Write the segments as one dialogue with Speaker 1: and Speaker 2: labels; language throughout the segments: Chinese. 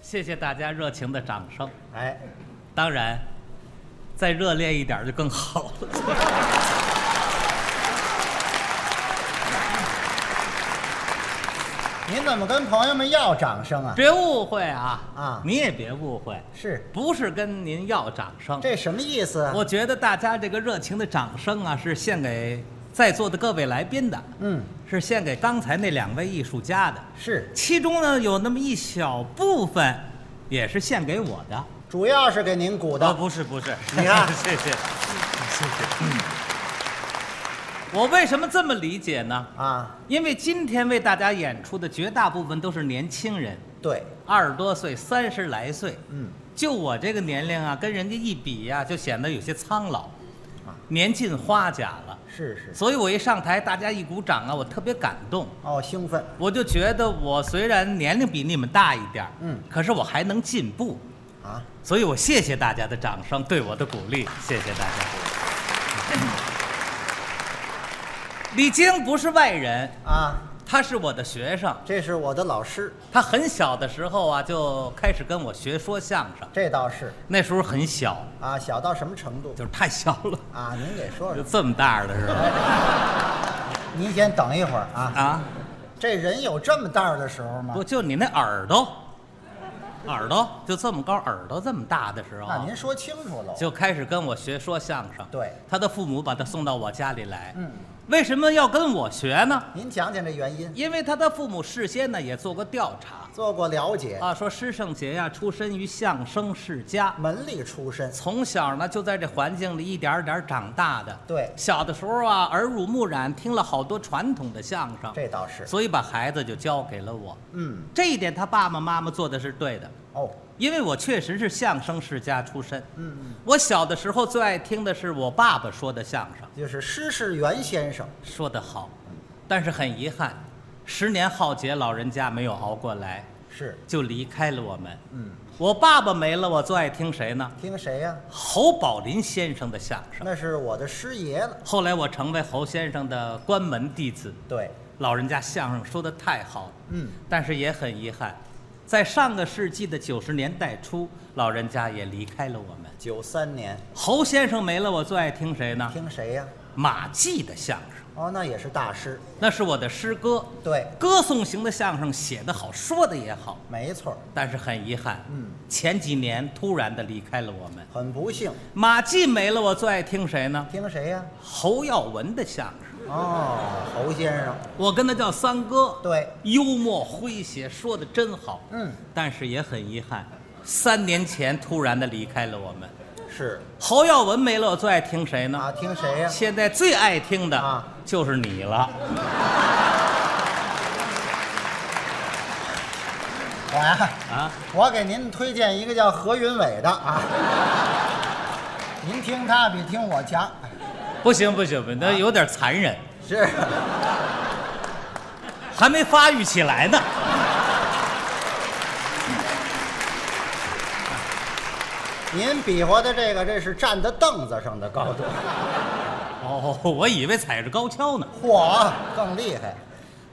Speaker 1: 谢谢大家热情的掌声。
Speaker 2: 哎，
Speaker 1: 当然，再热烈一点儿就更好 了。
Speaker 2: 您怎么跟朋友们要掌声啊？
Speaker 1: 别误会啊，
Speaker 2: 啊
Speaker 1: 你也别误会，
Speaker 2: 是，
Speaker 1: 不是跟您要掌声。
Speaker 2: 这什么意思啊？
Speaker 1: 我觉得大家这个热情的掌声啊，是献给在座的各位来宾的，
Speaker 2: 嗯，
Speaker 1: 是献给刚才那两位艺术家的。
Speaker 2: 是，
Speaker 1: 其中呢，有那么一小部分，也是献给我的。
Speaker 2: 主要是给您鼓
Speaker 3: 哦，
Speaker 2: 捣。
Speaker 3: 不是不是，
Speaker 2: 你看
Speaker 3: 谢谢，谢谢。
Speaker 1: 嗯我为什么这么理解呢？
Speaker 2: 啊，
Speaker 1: 因为今天为大家演出的绝大部分都是年轻人，
Speaker 2: 对，
Speaker 1: 二十多岁、三十来岁。
Speaker 2: 嗯，
Speaker 1: 就我这个年龄啊，跟人家一比呀、就显得有些苍老
Speaker 2: 啊，
Speaker 1: 年近花甲了。
Speaker 2: 是是，
Speaker 1: 所以我一上台，大家一鼓掌啊，我特别感动。
Speaker 2: 哦，兴奋，
Speaker 1: 我就觉得我虽然年龄比你们大一点儿，
Speaker 2: 嗯
Speaker 1: 可是我还能进步。
Speaker 2: 啊，
Speaker 1: 所以我谢谢大家的掌声，对我的鼓励，谢谢大 家。李菁不是外人，
Speaker 2: 啊，
Speaker 1: 他是我的学生。
Speaker 2: 这是我的老师，
Speaker 1: 他很小的时候啊，就开始跟我学说相声。
Speaker 2: 这倒是
Speaker 1: 那时候很小，
Speaker 2: 啊，小到什么程度
Speaker 1: 就是太小了，
Speaker 2: 啊？您给说
Speaker 1: 就
Speaker 2: 说，
Speaker 1: 这么大的时候
Speaker 2: 您先等一会儿啊。
Speaker 1: 啊，
Speaker 2: 这人有这么大的时候吗
Speaker 1: 不？就你那耳朵，耳朵就这么高，耳朵这么大的时候啊
Speaker 2: 那，您说清楚喽。
Speaker 1: 就开始跟我学说相声。
Speaker 2: 对
Speaker 1: 他的父母把他送到我家里来。
Speaker 2: 嗯，
Speaker 1: 为什么要跟我学呢？
Speaker 2: 您讲讲这原因，
Speaker 1: 因为他的父母事先呢也做过调查
Speaker 2: 做过了解。
Speaker 1: 啊，说师胜杰呀、出身于相声世家，
Speaker 2: 门里出身，
Speaker 1: 从小呢就在这环境里一点儿点儿长大的。
Speaker 2: 对
Speaker 1: 小的时候啊耳濡目染，听了好多传统的相声，
Speaker 2: 这倒是。
Speaker 1: 所以把孩子就交给了我。
Speaker 2: 嗯，
Speaker 1: 这一点他爸爸妈妈做的是对的，
Speaker 2: 哦，
Speaker 1: 因为我确实是相声世家出身。
Speaker 2: 嗯，
Speaker 1: 我小的时候最爱听的是我爸爸说的相声，
Speaker 2: 就是施世元先生。
Speaker 1: 说得好，但是很遗憾，十年浩劫，老人家没有熬过来，
Speaker 2: 是，
Speaker 1: 就离开了我们。
Speaker 2: 嗯，
Speaker 1: 我爸爸没了，我最爱听谁呢？
Speaker 2: 听谁呀、
Speaker 1: 侯宝林先生的相声。
Speaker 2: 那是我的师爷了。
Speaker 1: 后来我成为侯先生的关门弟子，
Speaker 2: 对，
Speaker 1: 老人家相声说的太好，
Speaker 2: 嗯，
Speaker 1: 但是也很遗憾，在上个世纪的九十年代初，老人家也离开了我们。
Speaker 2: 九三年，
Speaker 1: 侯先生没了，我最爱听谁呢？
Speaker 2: 听谁呀、
Speaker 1: 马季的相声，
Speaker 2: 哦，那也是大师。
Speaker 1: 那是我的师哥。
Speaker 2: 对，
Speaker 1: 歌颂型的相声写得好，说的也好，
Speaker 2: 没错儿，
Speaker 1: 但是很遗憾，
Speaker 2: 嗯，
Speaker 1: 前几年突然的离开了我们。
Speaker 2: 很不幸。
Speaker 1: 马季没了，我最爱听谁呢？
Speaker 2: 听谁呀、
Speaker 1: 侯耀文的相声，
Speaker 2: 哦，侯先生。
Speaker 1: 我跟他叫三哥，
Speaker 2: 对，
Speaker 1: 幽默诙谐，说的真好，
Speaker 2: 嗯，
Speaker 1: 但是也很遗憾，三年前突然的离开了我们。
Speaker 2: 是
Speaker 1: 侯耀文没了，我最爱听谁呢？
Speaker 2: 啊，听谁呀、
Speaker 1: 现在最爱听的
Speaker 2: 啊
Speaker 1: 就是你了。
Speaker 2: 我呀，
Speaker 1: 啊，
Speaker 2: 我给您推荐一个叫何云伟的啊。您听他比听我强。
Speaker 1: 不行不行不
Speaker 2: 啊
Speaker 1: 行，那有点残忍，
Speaker 2: 是，
Speaker 1: 还没发育起来呢。
Speaker 2: 您比划的这个，这是站在凳子上的高度。
Speaker 1: 哦，我以为踩着高跷呢。
Speaker 2: 嚯，更厉害！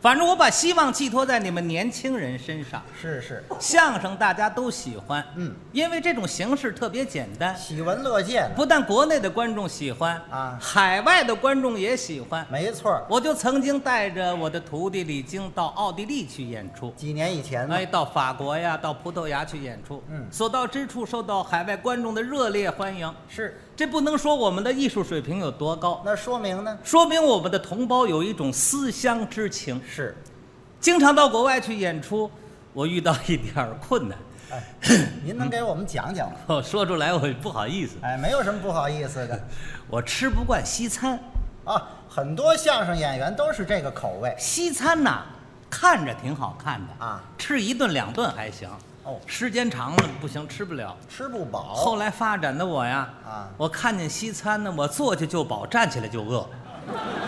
Speaker 1: 反正我把希望寄托在你们年轻人身上。
Speaker 2: 是是，
Speaker 1: 相声大家都喜欢，
Speaker 2: 嗯，
Speaker 1: 因为这种形式特别简单，
Speaker 2: 喜闻乐见，
Speaker 1: 不但国内的观众喜欢
Speaker 2: 啊
Speaker 1: 海外的观众也喜欢。
Speaker 2: 没错儿。
Speaker 1: 我就曾经带着我的徒弟李菁到奥地利去演出，
Speaker 2: 几年以前呢
Speaker 1: 哎，，到法国呀，到葡萄牙去演出，
Speaker 2: 嗯
Speaker 1: 所到之处受到海外观众的热烈欢迎。
Speaker 2: 是
Speaker 1: 这不能说我们的艺术水平有多高，
Speaker 2: 那说明呢？
Speaker 1: 说明我们的同胞有一种思乡之情。
Speaker 2: 是，
Speaker 1: 经常到国外去演出，我遇到一点儿困难，
Speaker 2: 哎，您能给我们讲讲吗？
Speaker 1: 我说出来我也不好意思，
Speaker 2: 哎，没有什么不好意思的
Speaker 1: 我吃不惯西餐。
Speaker 2: 啊。很多相声演员都是这个口味，
Speaker 1: 西餐呐，看着挺好看的
Speaker 2: 啊，
Speaker 1: 吃一顿两顿还行，
Speaker 2: 哦
Speaker 1: 时间长了不行，吃不了。
Speaker 2: 吃不饱。
Speaker 1: 后来发展的我呀，
Speaker 2: 啊
Speaker 1: 我看见西餐呢，我坐下就饱，站起来就饿。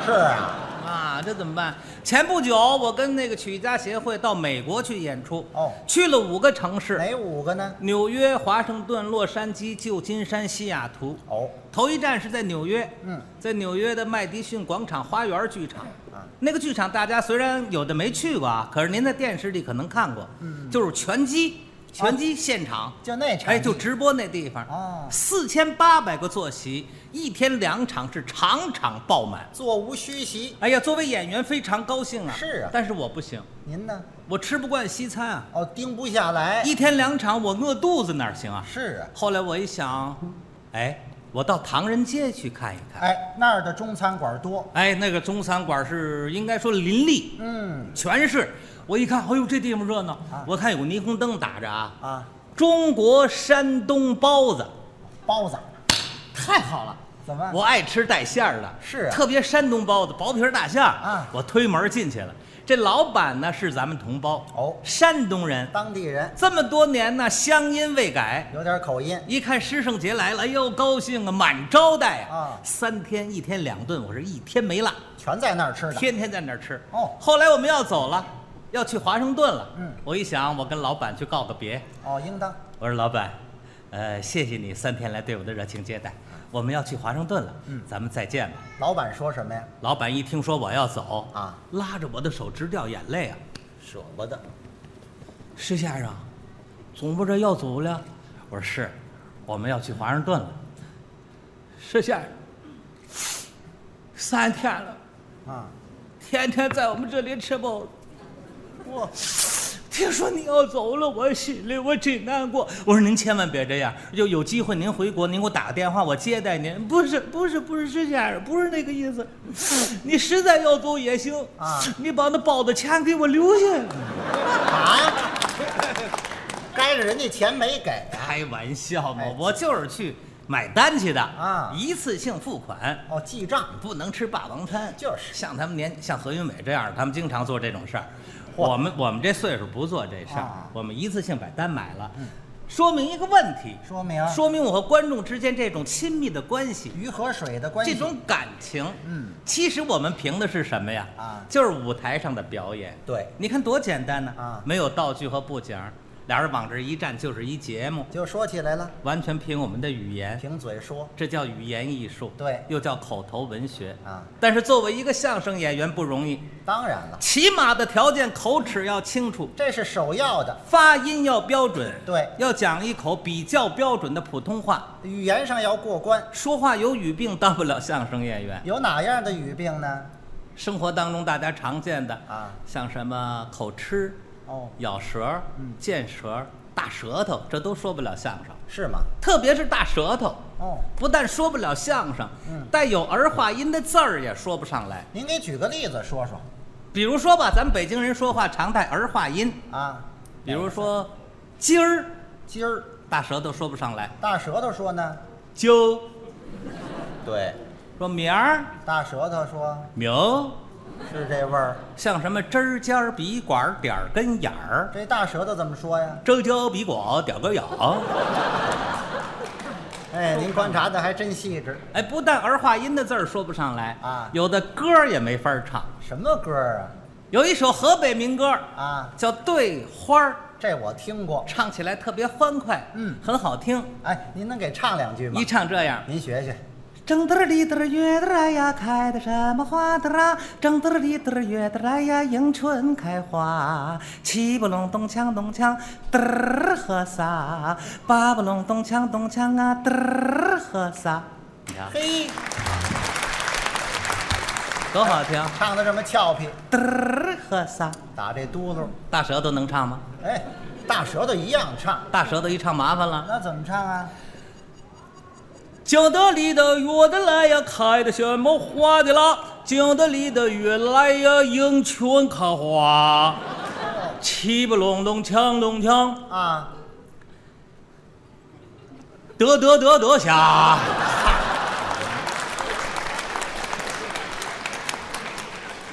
Speaker 2: 是啊，
Speaker 1: 啊，这怎么办？前不久我跟那个曲艺家协会到美国去演出，
Speaker 2: 哦哎
Speaker 1: 去了五个城市，
Speaker 2: 哪五个呢？
Speaker 1: 纽约、华盛顿、洛杉矶、旧金山、西雅图。
Speaker 2: 哦，
Speaker 1: 头一站是在纽约，
Speaker 2: 嗯，
Speaker 1: 在纽约的麦迪逊广场花园剧场。
Speaker 2: 啊
Speaker 1: 那个剧场大家虽然有的没去过啊，可是您在电视里可能看过，嗯，就是拳击拳击现场，
Speaker 2: 就那场地
Speaker 1: 哎，就直播那地方
Speaker 2: 啊
Speaker 1: 四千八百个坐席，一天两场，是场场爆满。
Speaker 2: 座无虚席。
Speaker 1: 哎呀，作为演员非常高兴啊！
Speaker 2: 是啊
Speaker 1: 但是我不行，
Speaker 2: 您呢？
Speaker 1: 我吃不惯西餐啊，
Speaker 2: 哦，盯不下来。
Speaker 1: 一天两场我饿肚子哪儿行啊？
Speaker 2: 是啊，
Speaker 1: 后来我一想，哎，我到唐人街去看一看。
Speaker 2: 哎，那儿的中餐馆多。
Speaker 1: 哎，那个中餐馆是应该说林立，
Speaker 2: 嗯
Speaker 1: 全是。我一看，哎呦，这地方热闹
Speaker 2: 啊。
Speaker 1: 我看有霓虹灯打着啊，
Speaker 2: 啊，
Speaker 1: 中国山东包子，
Speaker 2: 包子
Speaker 1: 太好了。
Speaker 2: 怎么？
Speaker 1: 我爱吃带馅儿的，
Speaker 2: 嗯是啊
Speaker 1: 特别山东包子，薄皮儿大馅儿
Speaker 2: 啊
Speaker 1: 我推门进去了，这老板呢是咱们同胞
Speaker 2: 哦
Speaker 1: 山东人，
Speaker 2: 当地人
Speaker 1: 这么多年呢乡音未改，
Speaker 2: 有点口音。
Speaker 1: 一看师圣节来了，哎呦高兴啊，满招待啊，
Speaker 2: 啊
Speaker 1: 三天一天两顿，我是一天没落，
Speaker 2: 全在那儿吃的。
Speaker 1: 天天在那儿吃。
Speaker 2: 哦
Speaker 1: 后来我们要走了，要去华盛顿了，
Speaker 2: 嗯
Speaker 1: 我一想，我跟老板去告个别，
Speaker 2: 哦，应当
Speaker 1: 我说老板，呃，谢谢你三天来对我的热情接待，我们要去华盛顿了，
Speaker 2: 嗯
Speaker 1: 咱们再见吧。
Speaker 2: 老板说什么呀？
Speaker 1: 老板一听说我要走
Speaker 2: 啊，
Speaker 1: 拉着我的手直掉眼泪啊！
Speaker 2: 舍不得。
Speaker 1: 施先生，总部这要走了。我说是，我们要去华盛顿了。施先生，三天了，
Speaker 2: 啊，
Speaker 1: 天天在我们这里吃饱了。
Speaker 2: 哇，
Speaker 1: 听说你要走了，我心里我真难过。我说您千万别这样，有有机会您回国，您给我打个电话，我接待您。不是不是不是，施先生，不是那个意思。你实在要走也行
Speaker 2: 啊
Speaker 1: 你把那包的钱给我留下。
Speaker 2: 啊， 该着人家钱没给。
Speaker 1: 开玩笑嘛
Speaker 2: 哎，
Speaker 1: 我就是去买单去的
Speaker 2: 啊
Speaker 1: 一次性付款，
Speaker 2: 哦，记账
Speaker 1: 不能吃霸王餐。
Speaker 2: 就是
Speaker 1: 像他们年像何云伟这样，他们经常做这种事儿。我们我们这岁数不做这事儿
Speaker 2: 啊，嗯
Speaker 1: 我们一次性把单买了，说明一个问题，
Speaker 2: 说明啊
Speaker 1: 说明我和观众之间这种亲密的关系。
Speaker 2: 鱼和水的关系。
Speaker 1: 这种感情，
Speaker 2: 嗯，
Speaker 1: 其实我们凭的是什么呀？
Speaker 2: 啊
Speaker 1: 就是舞台上的表演。
Speaker 2: 对
Speaker 1: 你看多简单呢、
Speaker 2: 啊
Speaker 1: 没有道具和布景儿，俩人往这一站就是一节目，
Speaker 2: 就说起来了，
Speaker 1: 完全凭我们的语言，
Speaker 2: 凭嘴说
Speaker 1: 这叫语言艺术，
Speaker 2: 对
Speaker 1: 又叫口头文学。
Speaker 2: 啊，
Speaker 1: 但是作为一个相声演员不容易，
Speaker 2: 当然了，
Speaker 1: 起码的条件口齿要清楚，
Speaker 2: 这是首要的，
Speaker 1: 发音要标准，
Speaker 2: 对
Speaker 1: 要讲一口比较标准的普通话。
Speaker 2: 语言上要过关。
Speaker 1: 说话有语病当不了相声演员，
Speaker 2: 有哪样的语病呢？
Speaker 1: 生活当中大家常见的
Speaker 2: 啊
Speaker 1: 像什么口吃、
Speaker 2: 哦，
Speaker 1: 咬舌、
Speaker 2: 嗯
Speaker 1: 见舌、大舌头，这都说不了相声，
Speaker 2: 是吗？
Speaker 1: 特别是大舌头。
Speaker 2: 哦，
Speaker 1: 不但说不了相声，
Speaker 2: 嗯
Speaker 1: 带有儿化音的字儿也说不上来。
Speaker 2: 您给举个例子说说
Speaker 1: 比如说吧，咱们北京人说话常带儿化音，
Speaker 2: 啊。
Speaker 1: 比如说“今儿
Speaker 2: 今儿”，
Speaker 1: 大舌头说不上来
Speaker 2: 大舌头说呢？，“
Speaker 1: 就
Speaker 2: 对，”
Speaker 1: 说“明儿
Speaker 2: 大舌头说”，“
Speaker 1: 明儿
Speaker 2: 是这味儿。”，
Speaker 1: 像什么“针儿尖儿”“笔管儿”“点儿”“跟眼儿
Speaker 2: 这大舌头怎么说呀”“？
Speaker 1: 针儿尖儿”“笔管儿”“点儿”“跟眼儿
Speaker 2: 哎，您观察的还真细致。”。
Speaker 1: 哎，不但儿化音的字儿说不上来
Speaker 2: 啊
Speaker 1: 有的歌儿也没法儿唱。
Speaker 2: 什么歌儿
Speaker 1: 有一首河北民歌儿
Speaker 2: 啊？啊，
Speaker 1: 叫《对花儿》，
Speaker 2: 这我听过。
Speaker 1: 唱起来特别欢快，
Speaker 2: 嗯
Speaker 1: 很好听。
Speaker 2: 哎，您能给唱两句吗
Speaker 1: 一？唱这样。
Speaker 2: 您学学。
Speaker 1: 正嘚儿里嘚儿月嘚儿呀，开的什么花嘚儿啊？正嘚儿里嘚儿月嘚儿呀，迎春开花。七不隆咚锵咚锵，嘚儿和撒；八不隆咚锵咚锵啊，嘚儿和撒。你看
Speaker 2: 嘿，
Speaker 1: 多好听！
Speaker 2: 唱的这么俏皮，
Speaker 1: 嘚儿和撒，
Speaker 2: 打这嘟噜，
Speaker 1: 大舌头能唱吗？
Speaker 2: 哎，大舌头一样唱。
Speaker 1: 大舌头一唱麻烦了。
Speaker 2: 那怎么唱啊？
Speaker 1: 景德里的月的来呀，开的什么花的啦？景德里的月来呀，迎春开花。七不隆咚锵咚锵，
Speaker 2: 啊，
Speaker 1: 得得得得下。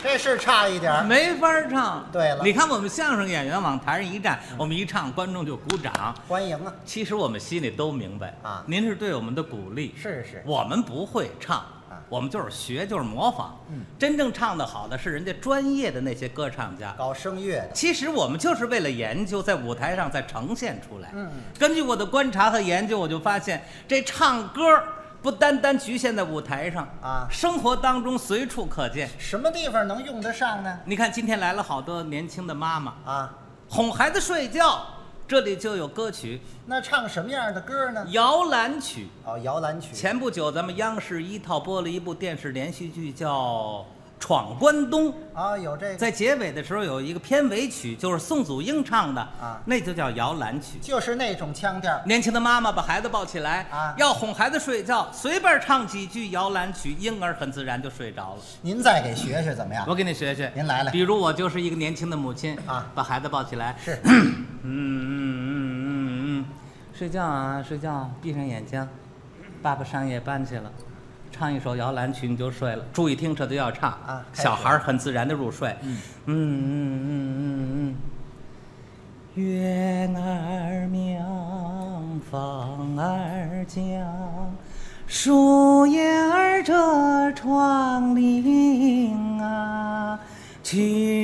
Speaker 2: 这是差一点儿。
Speaker 1: 没法儿唱。
Speaker 2: 对了
Speaker 1: 你看我们相声演员往台上一站，我们一唱，观众就鼓掌。
Speaker 2: 欢迎啊！
Speaker 1: 其实我们心里都明白
Speaker 2: 啊
Speaker 1: 您是对我们的鼓励。
Speaker 2: 是是，
Speaker 1: 我们不会唱
Speaker 2: 啊，
Speaker 1: 我们就是学，就是模仿。
Speaker 2: 嗯
Speaker 1: 真正唱得好的是人家专业的那些歌唱家。
Speaker 2: 搞声乐的，
Speaker 1: 其实我们就是为了研究，在舞台上再呈现出来。
Speaker 2: 嗯，
Speaker 1: 根据我的观察和研究，我就发现这唱歌儿不单单局限在舞台上
Speaker 2: 啊
Speaker 1: 生活当中随处可见。
Speaker 2: 什么地方能用得上呢？
Speaker 1: 你看，今天来了好多年轻的妈妈，
Speaker 2: 啊，
Speaker 1: 哄孩子睡觉，这里就有歌曲
Speaker 2: 那唱什么样的歌呢？
Speaker 1: 摇篮曲。
Speaker 2: 哦，摇篮曲。
Speaker 1: 前不久咱们央视一套播了一部电视连续剧，叫《闯关东》。
Speaker 2: 啊，有这个，
Speaker 1: 在结尾的时候有一个片尾曲，就是宋祖英唱的，
Speaker 2: 啊
Speaker 1: 那就叫摇篮曲。
Speaker 2: 就是那种腔调。
Speaker 1: 年轻的妈妈把孩子抱起来，
Speaker 2: 啊
Speaker 1: 要哄孩子睡觉，随便唱几句摇篮曲，婴儿很自然就睡着了。
Speaker 2: 您再给学学怎么样
Speaker 1: 我？给你学学，
Speaker 2: 您来来
Speaker 1: 比如我就是一个年轻的母亲
Speaker 2: 啊
Speaker 1: 把孩子抱起来，
Speaker 2: 是
Speaker 1: 嗯嗯嗯嗯嗯，睡觉啊睡觉啊，闭上眼睛，爸爸上夜班去了。唱一首摇篮曲你就睡了，注意听，这都要唱
Speaker 2: 啊开始
Speaker 1: 小孩儿很自然的入睡。嗯嗯嗯嗯嗯。月儿明，风儿降，树叶儿遮窗棂啊，蛐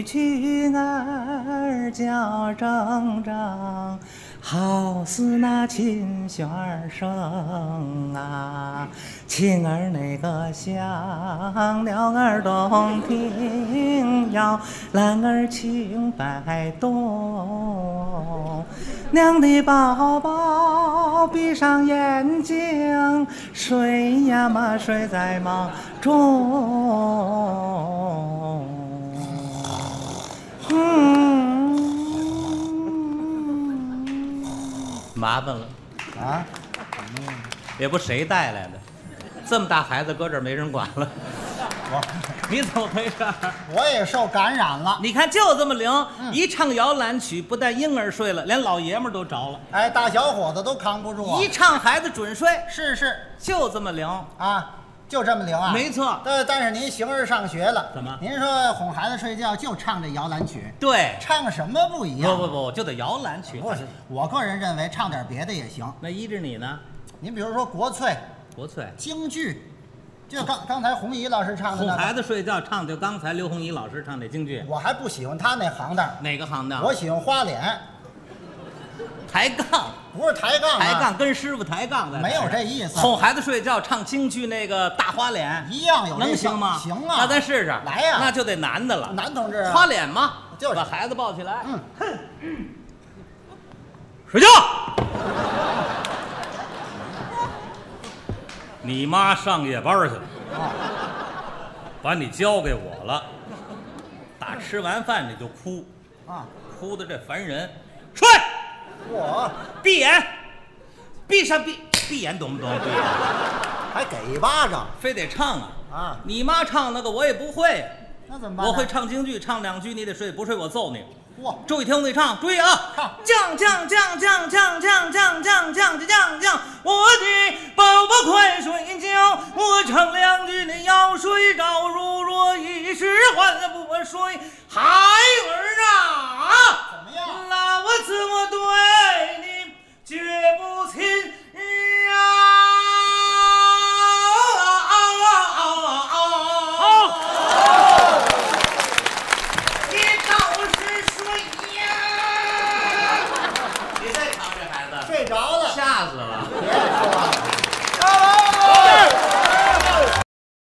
Speaker 1: 蛐儿叫铮铮，好似那琴弦儿声啊，琴儿那个响，鸟儿动听摇，兰儿轻摆动。娘的宝宝，闭上眼睛，睡呀嘛睡在梦中。嗯，麻烦了，
Speaker 2: 啊，
Speaker 1: 也不谁带来的，这么大孩子搁这儿没人管了，
Speaker 2: 我
Speaker 1: 你怎么回事儿？
Speaker 2: 我也受感染了。
Speaker 1: 你看就这么灵，
Speaker 2: 嗯
Speaker 1: 一唱摇篮曲，不但婴儿睡了，连老爷们儿都着了。
Speaker 2: 哎，大小伙子都扛不住啊
Speaker 1: 一！唱孩子准睡，
Speaker 2: 是是
Speaker 1: 就这么灵。
Speaker 2: 啊，就这么灵啊！
Speaker 1: 没错
Speaker 2: 但但是您形而上学了，
Speaker 1: 怎么
Speaker 2: 您说哄孩子睡觉就唱这摇篮曲，
Speaker 1: 对，
Speaker 2: 唱什么不一
Speaker 1: 不
Speaker 2: 样？
Speaker 1: 不不，就得摇篮曲。
Speaker 2: 哎不是，我个人认为唱点别的也行。
Speaker 1: 那依着你呢？
Speaker 2: 您比如说国粹、
Speaker 1: 国粹，
Speaker 2: 京剧，就刚刚才红姨老师唱的
Speaker 1: 哄
Speaker 2: 那
Speaker 1: 孩
Speaker 2: 个，
Speaker 1: 子睡觉唱就刚才刘洪怡老师唱那京剧，
Speaker 2: 我还不喜欢他那行当，
Speaker 1: 哪个行当？
Speaker 2: 我喜欢花脸，
Speaker 1: 抬杠，
Speaker 2: 不是抬杠啊，
Speaker 1: 抬杠跟师傅抬杠的，
Speaker 2: 没有这意思
Speaker 1: 哄孩子睡觉唱京剧那个大花脸，
Speaker 2: 一样有这
Speaker 1: 能行吗？
Speaker 2: 行啊，
Speaker 1: 那咱试试。
Speaker 2: 来呀
Speaker 1: 那就得男的了，
Speaker 2: 男同志啊
Speaker 1: 花脸嘛，
Speaker 2: 就是
Speaker 1: 把孩子抱起来，
Speaker 2: 嗯，
Speaker 1: 睡 觉。你妈上夜班去了，
Speaker 2: 哦
Speaker 1: 把你交给我了。打吃完饭你就哭，
Speaker 2: 啊，
Speaker 1: 哭的这烦人。睡，
Speaker 2: 我
Speaker 1: 闭眼，闭上闭闭眼，懂不懂？闭眼，
Speaker 2: 还给一巴掌，
Speaker 1: 非得唱啊
Speaker 2: 啊
Speaker 1: 你妈唱那个我也不会啊，
Speaker 2: 那怎么办？
Speaker 1: 我会，唱京剧，唱两句你得睡，不睡我揍你。
Speaker 2: 哇，
Speaker 1: 注意听我一唱，注意啊
Speaker 2: 好！
Speaker 1: 降降降降降降降降降降降，我的宝宝快睡觉，我唱两句你要睡着，如若一时换了不睡，还啊